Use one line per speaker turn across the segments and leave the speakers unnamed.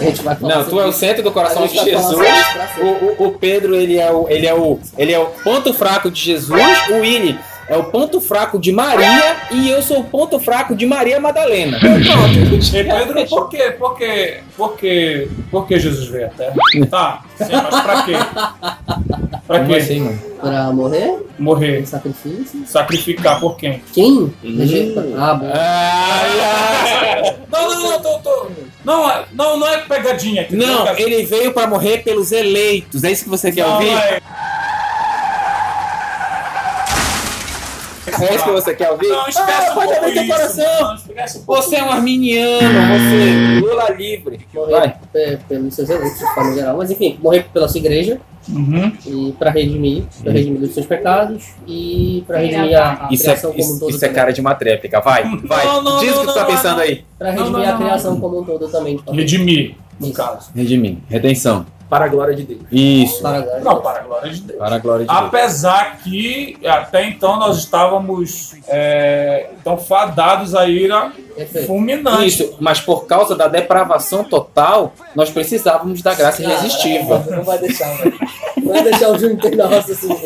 A gente vai falar
Não, tu é o
sobre
centro do
isso.
coração
A
de
tá
gente vai falar
Jesus.
sobre isso pra sempre.
O, o- o Pedro, ele é o, ele, é o, ele é o ponto fraco de Jesus. O Willi é o ponto fraco de Maria. E eu sou o ponto fraco de Maria Madalena. Pronto.
Ei, Pedro, por quê? Por quê? Por quê? Por que Jesus veio à Terra? Tá, sim, mas pra quê? Pra
Como
quê?
assim, mano?
Pra morrer?
Morrer.
Um sacrifício?
Sacrificar por quem?
Quem?
Hum.
Rejeita. Ah, bom.
Ai, ai.
Não, não, não, tô, tô. Não, é- não, não é pegadinha. entendeu,
Não,
cara?
ele veio pra morrer pelos eleitos. É isso que você quer
Não,
ouvir?
é.
É isso que você quer ouvir?
Não, esquece
Ah,
um
pode
pouco
abrir teu
isso.
coração.
Não, esquece um pouco
Você é um arminiano, você é Lula livre. Vai.
Morrer pe- pelos seus eleitos, de forma geral. Mas enfim, morrer pela sua igreja
Uhum.
e pra redimir, pra redimir dos seus pecados e pra redimir a, a
Hum. Isso é,
criação como um
isso,
todo.
isso é
também.
cara de uma tréplica. Vai, vai.
Não, não,
Diz o que
não,
tu tá
não,
pensando
não.
aí.
Pra redimir
Não, não,
a
não,
criação como um todo também. de forma
Redimir, no caso.
Redimir, retenção.
Para a glória de Deus.
Isso.
Para agora.
Não, para a glória de Deus.
Para a glória de Deus.
Apesar que até então nós estávamos é, então fadados à ira
Perfeito.
fulminante.
Isso, mas por causa da depravação total, nós precisávamos da graça é irresistível.
Não vai deixar, velho. Não vai deixar o Júnior assim, terminar o raciocínio.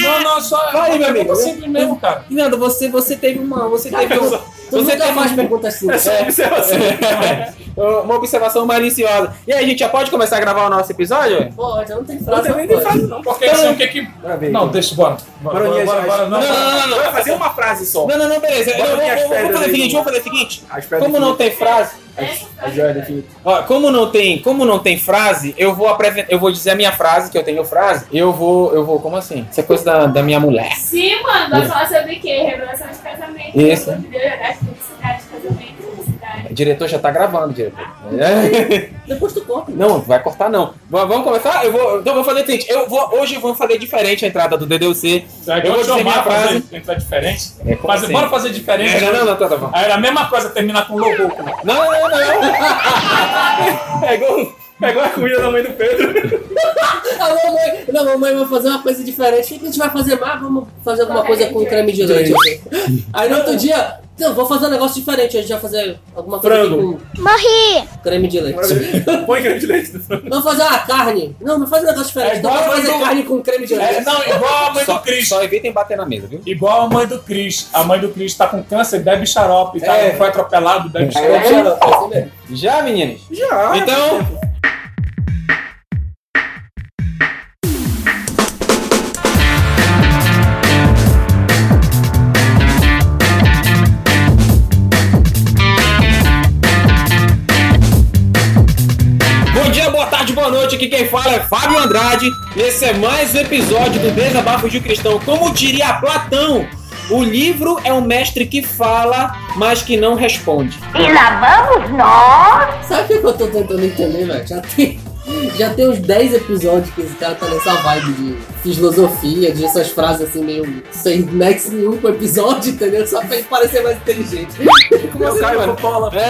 Não, não, só
Vai,
uma
meu
pergunta
amigo.
simples mesmo, cara.
Nando, você, você teve uma. Você teve um-
Tu
Você
nunca
tem
faz
mais É
perguntas assim. É, simples.
Essa observação.
É.
Uma observação maliciosa. E aí, gente, já pode começar a gravar o nosso episódio?
Pode, eu não tenho
Não
frase.
tem nem
pode.
frase, não.
Porque assim, o que que... Não, deixa, bora. Bora, bora,
Baroninha
bora,
Jorge.
bora, não.
não, não, não.
Vai fazer uma frase só.
Não, não, não, beleza. Eu,
Bota
vou-
minhas
vou- vou
pedras
fazer o
aí,
seguinte,
mano.
vamos fazer o seguinte.
As pedras
Como não
de-
tem frase,
É
As joias definitivas.
ó, como não tem, como não tem frase, eu vou apresen- eu vou dizer a minha frase, que eu tenho frase, eu vou, eu vou, como assim? Isso é coisa da, da minha mulher.
Sim, mano, vai falar sobre o quê? Revelação de casamento.
É. Isso.
amor de Deus, verdade, felicidade, casamento, felicidade.
O diretor já tá gravando, diretor. É.
Depois tu corta.
Não, vai cortar não. V- Vamos começar? Eu vou, então eu vou fazer o seguinte, eu vou, hoje eu vou fazer diferente a entrada do DDC.
Será que
Eu
Então,
vou
eu vou
dizer minha
chamar pra
frase.
fazer, tentar diferente?
É, como
Fazer-
assim?
Bora fazer diferente.
Não, não, não, tá, tá bom.
Aí era a mesma coisa terminar com logo.
Não, não, não.
Pegou, pegou a comida da mãe do Pedro.
A mamãe, não, mamãe, vamos fazer uma coisa diferente. O que que a gente vai fazer mais? Vamos fazer alguma coisa com creme de leite. Aí no outro dia, não, vou fazer um negócio diferente. A gente vai fazer alguma coisa
Frango.
com creme de leite.
Põe creme de leite.
Vamos fazer uma carne. Não, não faz um negócio diferente.
É
não,
igual
vamos fazer
do-
carne com creme de
É,
leite.
não, igual a mãe do
Só,
Cris.
só evitem bater na mesa, viu?
Igual a mãe do Cris. A mãe do Cris tá com câncer, bebe xarope. Tá,
É.
Foi atropelado, bebe xarope.
É, não, é assim mesmo.
Já, meninas?
Já.
Então. Bom dia, boa tarde, boa noite. Aqui quem fala é Fábio Andrade. Esse é mais um episódio do Desabafo de um Cristão. Como diria Platão, o livro é um mestre que fala, mas que não responde.
Sabe o que que eu tô tentando entender, velho? Já tem, já tem uns 10 episódios que esse cara tá nessa vibe de filosofia, de essas frases assim meio sem nexo nenhum com o episódio, entendeu? Só pra ele parecer mais inteligente.
Como assim, mano?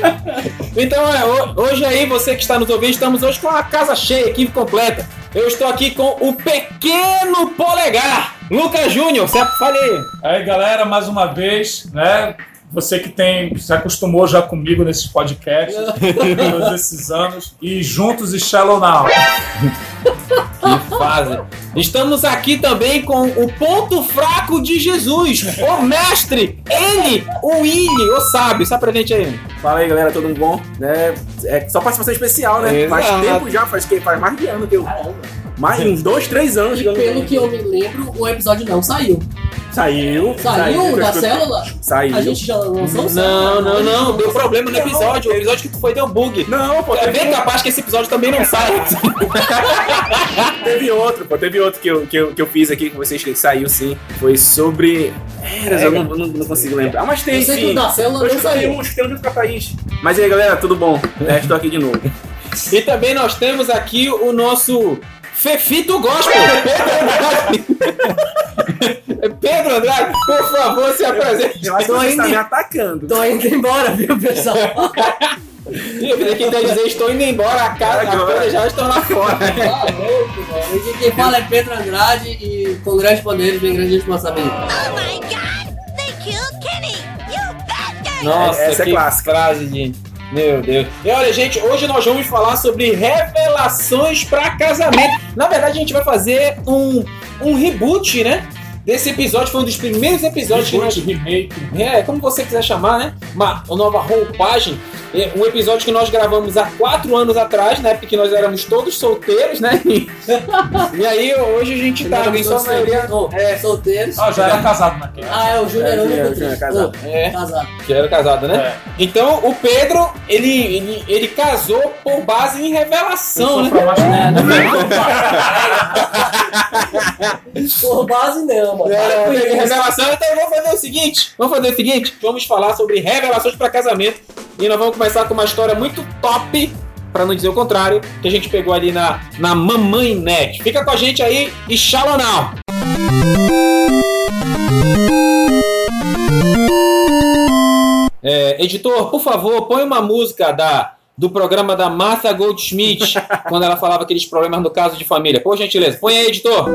É. então é, ho- hoje aí, você que está nos ouvindo, estamos hoje com a casa cheia, equipe completa. Eu estou aqui com o pequeno polegar, Lucas Júnior, certo? Falei.
Aí, galera, mais uma vez, né? Você que tem se acostumou já comigo nesses podcasts, todos esses anos. E juntos e Shallow Now.
Que fase. Estamos aqui também com o ponto fraco de Jesus, o mestre, ele, o Willi, o sábio. Está presente aí.
Fala aí, galera, todo mundo bom? Né? É só participação especial, né?
Exato.
Faz tempo já, faz, que, faz mais de ano que eu.
Caramba.
Mais uns dois, três anos assim.
E
que eu não
pelo que eu me lembro, o episódio não saiu.
Saiu.
Saiu da
coisas-
célula?
Saiu.
A gente já lançou o
Não,
célula,
não,
né?
não. Deu problema no episódio. O episódio que tu foi deu bug.
Não, pô,
É
teve,
bem capaz que esse episódio também não saia.
teve outro, pô, teve outro que eu, que, eu, que eu fiz aqui com vocês que saiu sim. Foi sobre. Eras, eu não, não, não consigo lembrar. Ah, mas tem
Eu sei que o
sim.
da célula
Eu
não
escutei
saiu.
um, escutei um livro pra Thaís. Mas e aí, galera, tudo bom? É, estou aqui de novo.
E também nós temos aqui o nosso Fefito Gospel, Pedro Andrade. Pedro Andrade, por favor, se apresente.
Eu acho que
Tô
você está
tá
indo.
me atacando.
Tô indo Então embora, viu, pessoal?
E eu quem quer dizer, estou indo embora, a casa a
Agora.
coisa já estão lá fora.
Tá louco, mano. E Quem fala é Pedro Andrade e com grandes poderes vem grande responsabilidade.
Oh my god! They killed Kenny! You bastard!
Nossa,
Essa é
que
clássica.
frase, gente. Meu Deus. E olha, gente, hoje nós vamos falar sobre revelações para casamento. Na verdade, a gente vai fazer um, um reboot, né? Desse episódio, foi um dos primeiros episódios que nós
Reboot, remake.
é, como você quiser chamar, né? Uma, uma nova roupagem. É, Um episódio que nós gravamos há quatro anos atrás, né? Porque nós éramos todos solteiros, né? E, e aí hoje a gente tá aqui só a maioria.
Ô,
É,
solteiros.
Ah, já era casado naquele.
Ah, é, o Júnior é o
É,
único
o Júnior é
triste.
casado.
Ô,
é,
Casado.
que era casado, né?
É.
Então o Pedro, ele, ele, ele casou por base em revelação, né?
Sofreu mais
Por base não, mano. Para com
É,
isso.
revelação, então vamos fazer o seguinte: vamos fazer o seguinte, vamos falar sobre revelações para casamento. E nós vamos começar com uma história muito top, para não dizer o contrário, que a gente pegou ali na, na Mamãe Net. Fica com a gente aí e shalom now. É, editor, por favor, põe uma música da, do programa da Martha Goldschmidt, quando ela falava aqueles problemas no caso de família. Por gentileza, põe aí, editor.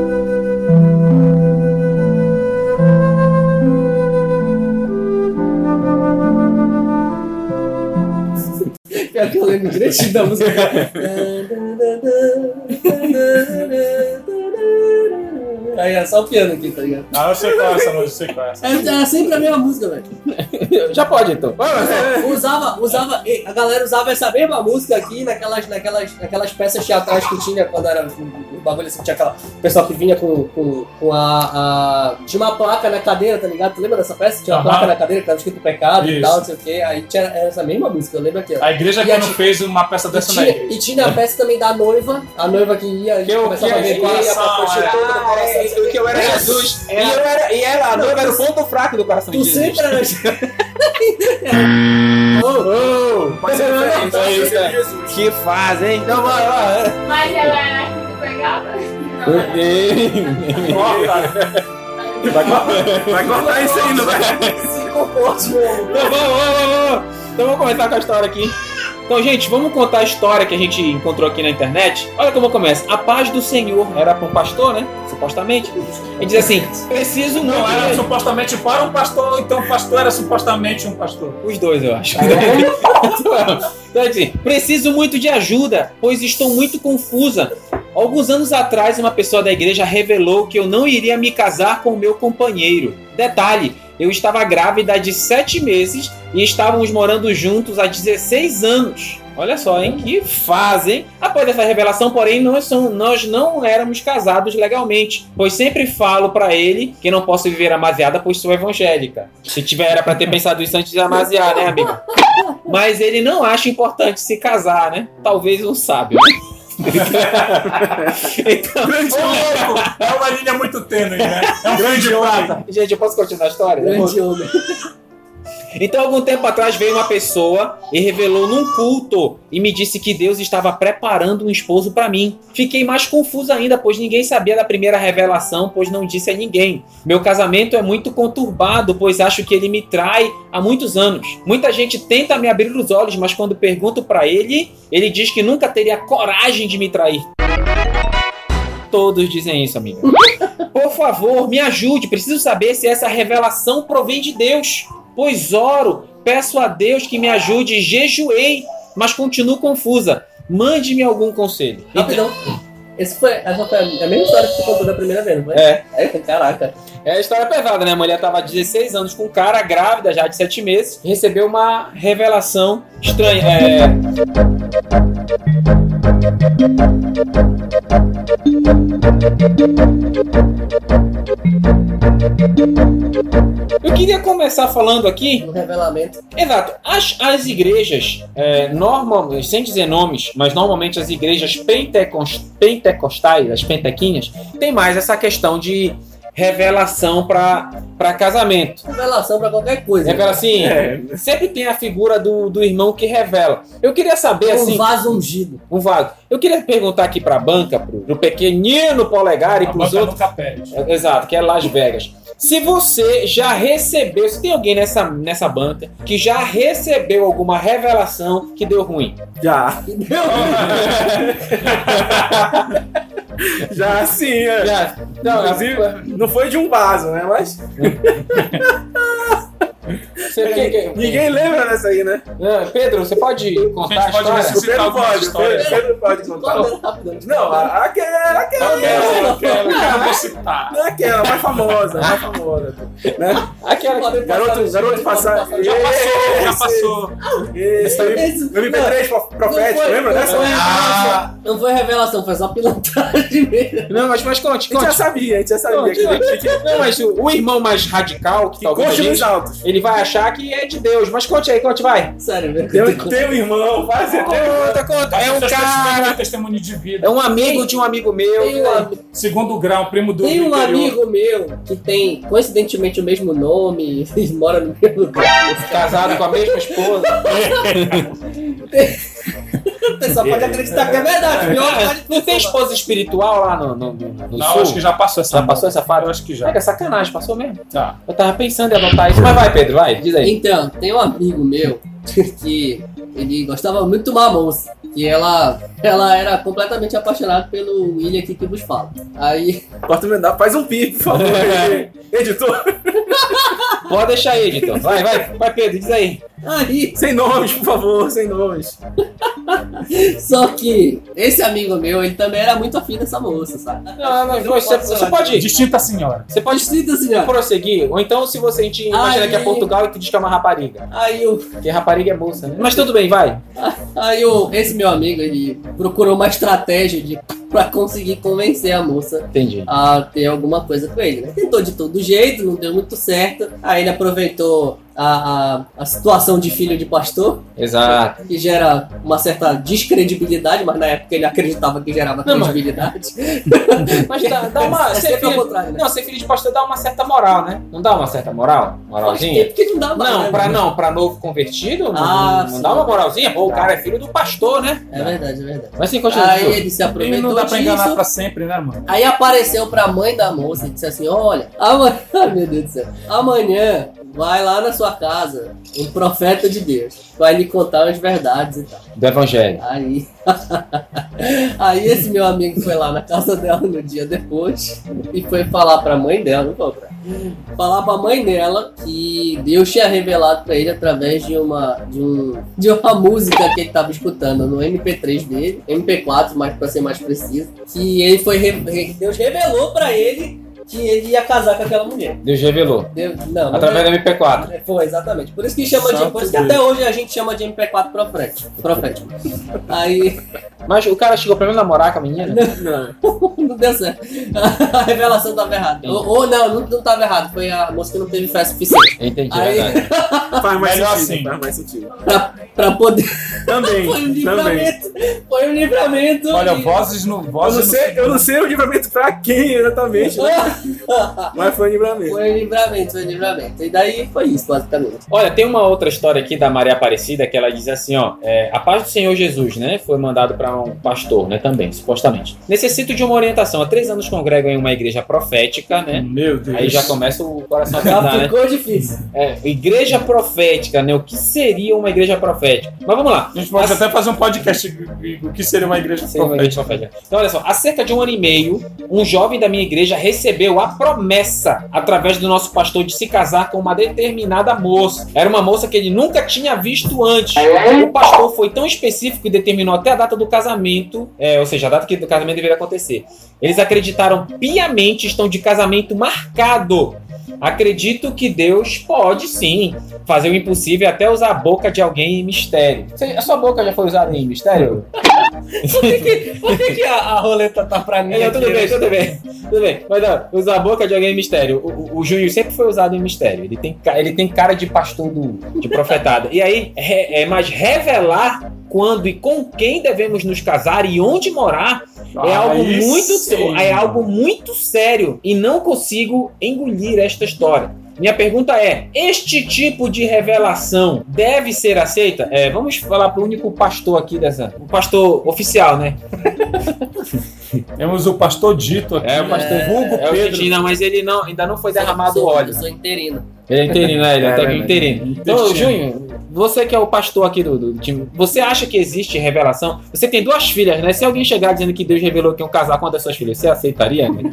Pior que eu lembro direitinho da música. Aí é só o piano aqui, tá ligado?
Ah, eu sei qual é essa música, eu sei qual é essa.
Era, era sempre a mesma música, velho.
Já pode, então. Vai, vai, vai.
Usava, usava, a galera usava essa mesma música aqui naquelas, naquelas, naquelas peças teatrais que tinha quando era o bagulho assim, tinha aquela o pessoal que vinha com, com, com a, a- Tinha uma placa na cadeira, tá ligado? Tu lembra dessa peça? Tinha uma
Aham.
placa na cadeira que tava escrito pecado e
Isso.
tal, não sei o quê. Aí tinha era essa mesma música, eu lembro aqui, ó.
A igreja
E
que
a
não
ti-
fez uma peça
E
dessa na
tinha,
igreja.
e tinha a peça também da noiva, a noiva que ia, a gente
Que eu-
começava
que
a ver quem
a
ia pra
decoração,
prostituta,
é.
decoração, não sei o
que eu era Jesus.
E, eu era, e ela, a noiva era o ponto fraco do coração
Tu
de Jesus.
sempre era.
Oh, oh,
Pode ser diferente,
É
pode
isso,
ser
é.
Jesus.
Que fazem? Então vai lá.
Mas ela é era muito pegada. é
Corta.
Vai cortar isso aí, não vai?
Se comporte, meu amor.
Então vamos, vamos, vamos. Então vamos começar com a história aqui. Então, gente, vamos contar a história que a gente encontrou aqui na internet. Olha como começa. A paz do Senhor era para um pastor, né? Supostamente. Ele diz assim: preciso muito.
Não, era
de-
supostamente para um pastor, então o pastor era supostamente um pastor.
Os dois, eu acho. Então, assim, preciso muito de ajuda, pois estou muito confusa. Alguns anos atrás, uma pessoa da igreja revelou que eu não iria me casar com meu companheiro. Detalhe, eu estava grávida de 7 meses e estávamos morando juntos há 16 anos. Olha só, hein? Que fase, hein? Após essa revelação, porém, nós, som- nós não éramos casados legalmente, pois sempre falo pra ele que não posso viver amasiada, pois sou evangélica. Se tiver, era pra ter pensado isso antes de amaziar, né, amiga? Mas ele não acha importante se casar, né? Talvez um sábio. então,
Grande louco! É uma linha muito tênue, né? É um grande prata.
gente, eu posso continuar a história?
Grande homem.
Então, algum tempo atrás veio uma pessoa e revelou num culto e me disse que Deus estava preparando um esposo para mim. Fiquei mais confuso ainda, pois ninguém sabia da primeira revelação, pois não disse a ninguém. Meu casamento é muito conturbado, pois acho que ele me trai há muitos anos. Muita gente tenta me abrir os olhos, mas quando pergunto para ele, ele diz que nunca teria coragem de me trair. Todos dizem isso, amiga. Por favor, me ajude. Preciso saber se essa revelação provém de Deus. Pois oro, peço a Deus que me ajude. Jejuei, mas continuo confusa. Mande-me algum conselho.
Rapidão. Então, Esse foi, essa foi a mesma história que tu contou da primeira vez, não foi?
É,
É, caraca.
é a história pesada, né? A mulher tava há 16 anos com um cara, grávida já de 7 meses, recebeu uma revelação estranha. É... Eu queria começar falando aqui
Um revelamento.
Exato. As, as igrejas, é, normalmente, sem dizer nomes, mas normalmente as igrejas pentecos- pentecostais, as pentequinhas, tem mais essa questão de revelação para casamento.
Revelação pra qualquer coisa.
Revela assim,
É.
sempre tem a figura do, do irmão que revela. Eu queria saber
Um
assim,
vaso ungido.
um vago. Eu queria perguntar aqui para a banca, pro, pro pequenino polegar e
A
pros
banca
outros.
nunca pede.
É, Exato, que é Las Vegas. Se você já recebeu, se tem alguém nessa, nessa banca que já recebeu alguma revelação que deu ruim.
Já. Já sim, é.
Já, não,
Inclusive, não foi de um vaso, né? Mas.
Você tem que-
Ninguém lembra dessa aí, né?
Ah, Pedro, você pode contar a
Gente, pode
história?
ver
O
se-
Pedro pode, o Pedro, o Pedro pode
Qual é
contar.
era rapidamente?
Não, a- aquela, aquela,
Aquela, aquela, que eu não vou citar.
não é aquela, mais famosa, mais
Ah.
famosa. Né?
Aquela que...
Garoto, garoto de passagem.
Já
Já passou.
Esse,
Esse-
MP3 pro-
Não
É profético,
foi-
lembra
não é.
dessa?
foi
Ah,
revelação, Não foi revelação, foi só pilantagem mesmo.
Não, mas, mas conte,
a gente já
conte.
sabia, a gente já sabia.
Conte,
Que,
conte. Não, mas o, o irmão mais radical, que
que
talvez
coxa
ele,
nos altos.
ele vai achar que é de Deus. Mas conte aí, conte, vai.
Sério, mesmo.
Tem, tem um irmão, vai ser tem um
Conta, conta. É um
Seus testemunhos
cara...
é testemunho de vida.
É um amigo de um amigo meu.
Tem um am-
Segundo grau, primo do
Tem um
interior.
amigo meu que tem coincidentemente o mesmo nome e mora no mesmo lugar.
Casado com a mesma esposa.
O pessoal pode acreditar que é verdade. Pior, pode-
Não tem esposa espiritual lá no, no, no- no
Não,
sul?
acho que já passou essa.
Já passou essa fase?
Eu acho que já.
Pega, é sacanagem, passou mesmo.
Tá.
Eu tava pensando em adotar isso. Mas vai, Pedro, vai, diz aí.
Então, tem um amigo meu que ele gostava muito de uma moça. E ela, ela era completamente apaixonada pelo William aqui que vos fala. Aí,
Corta o meu dá- faz um pi, por favor. Editor,
Pode deixar aí, editor. Vai, vai, vai, Pedro, diz aí.
aí,
sem nomes, por favor, sem nomes.
só que esse amigo meu, ele também era muito afim dessa moça, sabe?
Não, não, você, você pode.
Distinta senhora.
Você pode
Sinta senhora.
prosseguir. Ou então, se você a gente imagina
Aí.
que é Portugal e tu diz que é uma rapariga.
Aí o
Porque rapariga é moça. né? Mas tudo bem, vai.
Aí o, esse meu amigo, ele procurou uma estratégia de, pra conseguir convencer a moça
Entendi.
a ter alguma coisa com ele, né? Tentou de todo jeito, não deu muito certo. Aí ele aproveitou a, a, a situação de filho de pastor,
Exato.
que gera uma certa descredibilidade, mas na época ele acreditava que gerava
Não, mas- tá
credibilidade.
Mas dá, dá uma.
É
Ser
sempre ao
filho,
contrário, né?
não, ser filho de pastor dá uma certa moral, né? Não dá uma certa moral? Moralzinha?
Porque não dava.
Não,
né?
pra não, pra novo convertido, não-
Ah,
não,
sim.
dá uma moralzinha. Pô, o cara é filho do pastor, né?
É verdade, é verdade.
Mas sim, continua.
Aí
continua.
ele se
um,
E
aproveitou
não dá pra enganar
disso.
pra sempre, né, mano?
Aí apareceu pra mãe da moça e disse assim: Olha, amanhã, Ai, meu Deus do céu, amanhã vai lá na sua casa um profeta de Deus, vai lhe contar as verdades e tal.
Do evangelho.
Aí, aí esse meu amigo foi lá na casa dela no dia depois e foi falar pra mãe dela, não foi pra falar pra mãe dela que Deus tinha revelado pra ele através de uma de, um, de uma música que ele tava escutando no MP3 dele, MP4, mais pra ser mais preciso, que ele foi re- re- Deus revelou pra ele que ele ia casar com aquela mulher.
Deus revelou.
Deus, não, não
Através do MP4.
é, Foi, exatamente. Por isso que chama de.
Santo
Por isso que
Deus.
até hoje a gente chama de MP4 profético. profético. Aí
Mas o cara chegou pra mim namorar com a menina.
Não.
não deu certo. A revelação tava errada. Ou, ou não, não, não tava errado. Foi a moça que não teve fé suficiente.
Entendi, é
Aí-
verdade.
Faz mais
Melhor
sentido,
assim.
faz mais sentido.
Pra poder. Foi
Também,
um
também.
livramento. Foi um livramento.
Olha,
e-
vozes no.
Eu
Vozes
não,
no
sei, eu não sei o livramento pra quem exatamente, né? mas foi um livramento.
Foi um livramento, foi um livramento. E daí foi isso, basicamente.
Olha, tem uma outra história aqui da Maria Aparecida que ela diz assim, ó, é, a paz do Senhor Jesus, né, foi mandado para um pastor, né, também, supostamente. Necessito de uma orientação. Há três anos congrego em uma igreja profética, né?
Meu Deus.
Aí já começa o coração a
Já
cantar, né?
ficou difícil.
É, igreja profética, né? O que seria uma igreja profética? Mas vamos lá.
A gente pode até fazer um podcast. O que seria uma igreja
Seria uma igreja profética. Então, olha só, há cerca de um ano e meio, um jovem da minha igreja recebeu a promessa através do nosso pastor de se casar com uma determinada moça. Era uma moça que ele nunca tinha visto antes. O pastor foi tão específico e determinou até a data do casamento, é, ou seja, a data que o casamento deveria acontecer. Eles acreditaram piamente, estão de casamento marcado. Acredito que Deus pode sim fazer o impossível e até usar a boca de alguém em mistério. Você- A sua boca já foi usada em mistério?
Por que, que a, a roleta tá pra mim?
É, não,
aqui?
tudo bem, tudo bem, tudo bem. Mas ó, usar a boca de alguém é mistério. O, o, o Júnior sempre foi usado em mistério. Ele tem, ca- ele tem cara de pastor do- de profetada. E aí, re- é, mas revelar quando e com quem devemos nos casar e onde morar é algo
Aí
muito
sim.
é algo muito sério e não consigo engolir esta história. Minha pergunta é: este tipo de revelação deve ser aceita? É, vamos falar pro único pastor aqui dessa, o pastor oficial, né?
Temos o pastor Dito aqui.
É, o pastor
Vulgo
É o
Pedro.
Chitina, mas ele não, ainda não foi derramado o
sou,
óleo.
Sou interino.
Ele é interino, né? Ele é,
É,
técnico
é, é.
interino. Então, Junho, você que é o pastor aqui do, do time, você acha que existe revelação? Você tem duas filhas, né? Se alguém chegar dizendo que Deus um revelou que iam casar com uma das suas filhas, você aceitaria? né?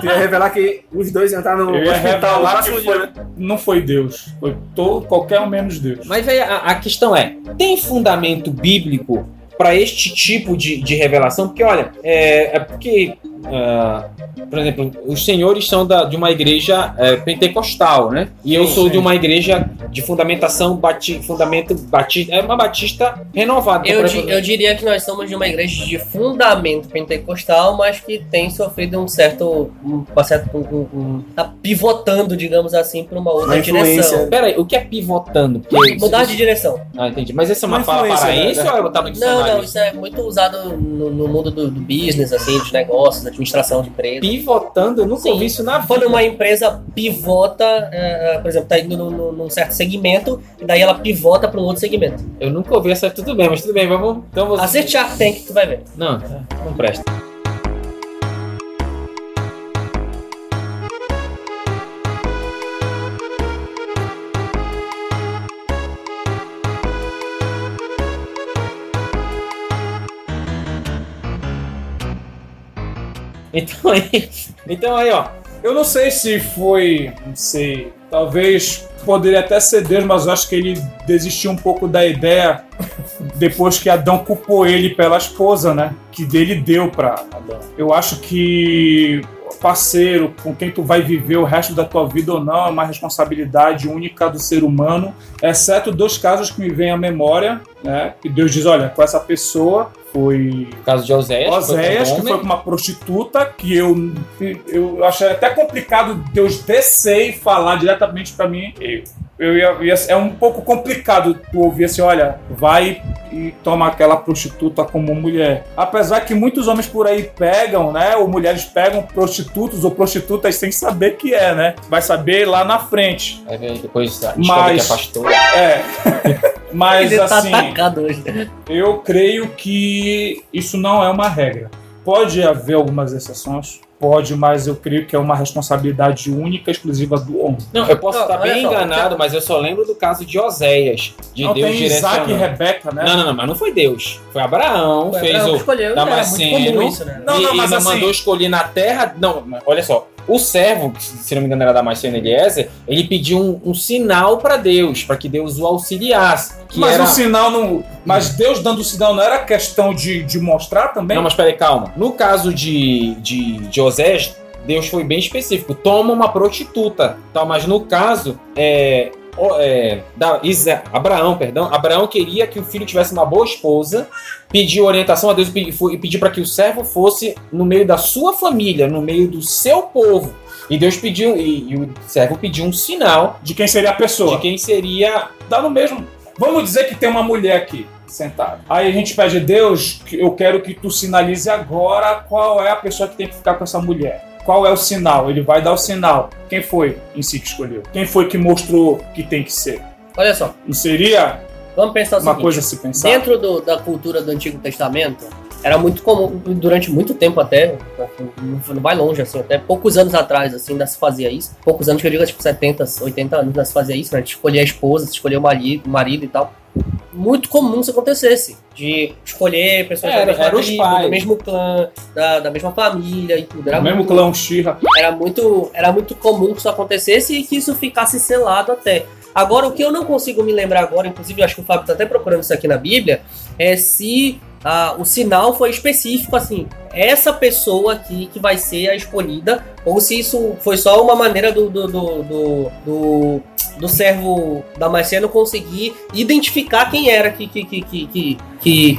Tu ia revelar que os dois iam estar no
Eu ia
hospital
revelar
lá próximo
que
dia,
foi,
né?
um.
não foi Deus. Foi todo, qualquer um menos Deus.
Mas aí a, a questão é: tem fundamento bíblico para este tipo de, de revelação? Porque, olha, é, é porque, ah, por exemplo, os senhores são da- de uma igreja é, pentecostal, né? E eu
Sim,
sou
sim.
de uma igreja de fundamentação bati, fundamento batista, é uma batista renovada.
Eu,
Então, por
di- eu diria que nós somos de uma igreja de fundamento pentecostal, mas que tem sofrido um certo. Um, uma certa- um- um- um- tá pivotando, digamos assim, para uma outra
Uma
direção.
influência.
Pera aí, o que é pivotando? Porque-
Mudar de direção.
Ah, entendi. Mas essa é uma,
Uma
fala
influência,
paraense
né?
ou é botar no
Não,
dicionário?
não, isso é muito usado no, no mundo do, do business, assim, dos negócios, administração de empresas.
Pivotando? Eu nunca
Sim.
ouvi isso na vida.
Quando uma empresa pivota, é, é, por exemplo, tá indo num- num num certo segmento, e daí ela pivota para um outro segmento.
Eu nunca ouvi essa. Tudo bem, mas tudo bem. Vamos. Então você.
Acerte Shark Tank que tu vai ver.
Não, não presta. Então aí, então aí, ó.
Eu não sei se foi, não sei, talvez poderia até ser Deus, mas eu acho que ele desistiu um pouco da ideia depois que Adão culpou ele pela esposa, né? Que dele deu pra Adão. Eu acho que parceiro, com quem tu vai viver o resto da tua vida ou não, é uma responsabilidade única do ser humano, exceto dois casos que me vêm à memória, né? Que Deus diz, olha, com essa pessoa foi
O caso de Oséias. foi
Oséias,
com
que
homem.
foi com uma prostituta, que eu, eu achei até complicado Deus descer e falar diretamente pra mim. Eu, eu ia, ia- é um pouco complicado tu ouvir assim, olha, vai e toma aquela prostituta como mulher. Apesar que muitos homens por aí pegam, né? Ou mulheres pegam prostitutos ou prostitutas sem saber que é, né? Vai saber lá na frente.
Aí vem depois descobre
Mas-
que é pastor.
É. Mas
Ele tá
assim.
atacado hoje.
Eu creio que isso não é uma regra. Pode haver algumas exceções, pode, mas eu creio que é uma responsabilidade única, exclusiva do homem.
Não, eu posso
Não,
estar
olha
bem
só.
enganado, mas eu só lembro do caso de Oséias. De
não
Deus
tem Isaac e
direcionando.
Rebeca, né?
Não, não, não, mas não foi Deus. Foi Abraão,
Foi
fez
Abraão que
o.
escolheu, né? é
Damasceno.
muito comum isso, né?
Não,
e,
não,
e
mas assim-
mandou escolher na terra. Não, mas olha só. O servo, que se não me engano era Damasceno Eliezer, ele pediu um, um sinal pra Deus, pra que Deus o auxiliasse. Que
mas
era...
o sinal não. Mas Deus dando o sinal não era questão de, de mostrar também?
Não, mas peraí, calma. No caso de, de, de Osés, Deus foi bem específico. Toma uma prostituta, tal. Mas no caso, é, o- é, da Isa, Abraão, perdão, Abraão queria que o filho tivesse uma boa esposa, pediu orientação a Deus e pedi- foi- e pediu para que o servo fosse no meio da sua família, no meio do seu povo. E Deus pediu, e, e o servo pediu um sinal
De quem seria a pessoa?
de quem seria
dá no mesmo. Vamos dizer que tem uma mulher aqui sentada. Aí a gente pede, Deus, que- eu quero que tu sinalize agora qual é a pessoa que tem que ficar com essa mulher. Qual é o sinal? Ele vai dar o sinal. Quem foi em si que escolheu? Quem foi que mostrou que tem que ser?
Olha só,
Não seria
vamos pensar É o
uma
seguinte.
coisa a se pensar?
Dentro do- da cultura do Antigo Testamento, era muito comum, durante muito tempo até, não não vai longe, assim, até poucos anos atrás, assim, ainda se fazia isso. Poucos anos que eu digo, tipo 70, 80 anos ainda se fazia isso, né? De escolher a esposa, de escolher o marido, marido e tal. Muito comum isso acontecesse, de escolher pessoas
Era-
da mesma
era os
tribo,
pais.
do mesmo clã, da, da mesma família e tudo. Era
O mesmo
muito-
clã Xirra.
era muito, era muito comum que isso acontecesse e que isso ficasse selado até. Agora, o que eu não consigo me lembrar agora, inclusive eu acho que o Fábio está até procurando isso aqui na Bíblia, é se ah, o sinal foi específico, assim, essa pessoa aqui que vai ser a escolhida, ou se isso foi só uma maneira do, do, do, do, do, do servo Damasceno conseguir identificar quem era que, que, que, que, que, que,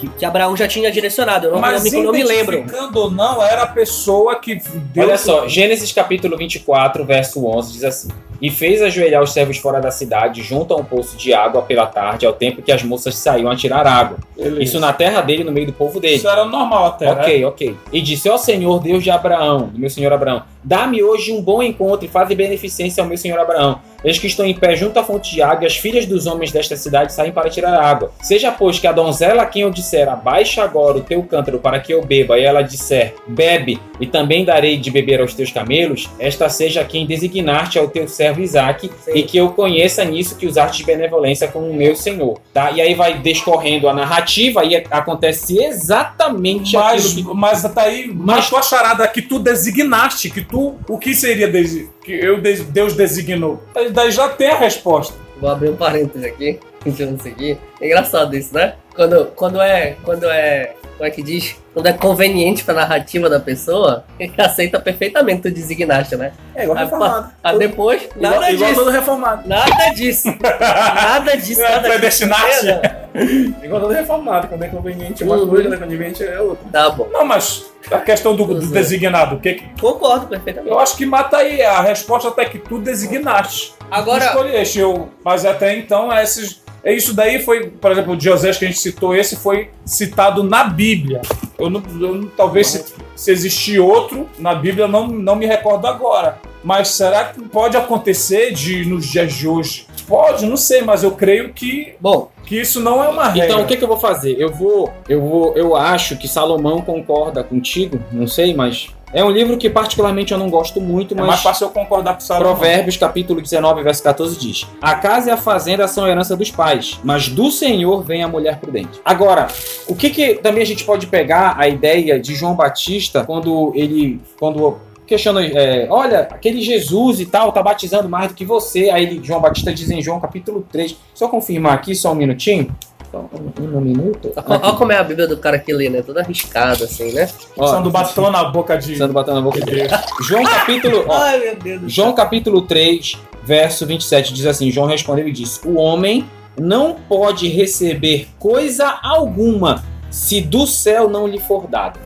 que, que Abraão já tinha direcionado. Eu não, eu
Mas
me- eu não me lembro.
identificando ou não, era a pessoa que Deus...
Olha só, Gênesis capítulo 24, verso 11 diz assim: E fez ajoelhar os servos fora da cidade, junto a um poço de água pela tarde, ao tempo que as moças saíam a tirar água.
Beleza.
Isso na terra dele, no meio do povo dele.
Isso era normal até, né?
Ok, ok. E disse: Ó Senhor Deus de Abraão, do meu senhor Abraão, dá-me hoje um bom encontro e faze beneficência ao meu senhor Abraão. Eles que estão em pé junto à fonte de água, e as filhas dos homens desta cidade saem para tirar a água. Seja, pois, que a donzela a quem eu disser, abaixa agora o teu cântaro para que eu beba, e ela disser, bebe, e também darei de beber aos teus camelos, esta seja quem designar-te ao teu servo Isaque, e que eu conheça nisso que usaste de benevolência com o meu senhor. Tá? E aí vai descorrendo a narrativa, e acontece exatamente
Mas,
aquilo que...
mas tá aí, mas tua charada que tu designaste, que tu, o que seria desi- que eu des- Deus designou? Daí já tem a resposta.
Vou abrir um parênteses aqui, tentando seguir. É engraçado isso, né? Quando, quando é. Quando é. Como é que diz? Quando é conveniente pra narrativa da pessoa, ele aceita perfeitamente o designaste, né?
É igual
Aí,
reformado.
pá, aí depois, nada
igual, igual
disso.
todo reformado.
Nada disso. Nada disso.
É,
Nada disso.
predestinaste?
É, não.
Igual todo reformado. Quando é conveniente é uma
Uhum.
coisa, quando é conveniente é outra.
Tá bom.
Não, mas a questão do, do designado, o que que-
Concordo perfeitamente.
é. eu acho que mata aí a resposta até que tu designaste.
Agora.
escolheste, eu, mas até então esses é isso daí foi, por exemplo, o de José que a gente citou, esse foi citado na Bíblia. Eu não, eu não- talvez se, se existir outro na Bíblia, eu não, não me recordo agora. Mas será que pode acontecer de nos dias de hoje? Pode, não sei, mas eu creio que,
Bom,
que isso não é uma regra.
Então, o que, que eu vou fazer? Eu vou, eu vou, eu acho que Salomão concorda contigo, não sei, mas é um livro que particularmente eu não gosto muito,
é mais
mas
fácil eu concordar com o Salomão.
Provérbios capítulo 19, verso 14 diz: A casa e a fazenda são herança dos pais, mas do Senhor vem a mulher prudente. Agora, o que que também a gente pode pegar a ideia de João Batista quando ele quando questionando, é, olha, aquele Jesus e tal, tá batizando mais do que você. Aí ele- João Batista diz em João capítulo 3, só confirmar aqui só um minutinho. Só um, um minuto.
Tá
olha como é a Bíblia do cara que lê, né? Toda arriscada, assim, né?
Sendo
Ó,
batom na boca de...
Sandro batendo na boca
de
dele.
Deus.
João capítulo, ó,
Ah! Ai, meu Deus do céu.
João capítulo 3, verso 27 diz assim: João respondeu e disse: O homem não pode receber coisa alguma se do céu não lhe for dada.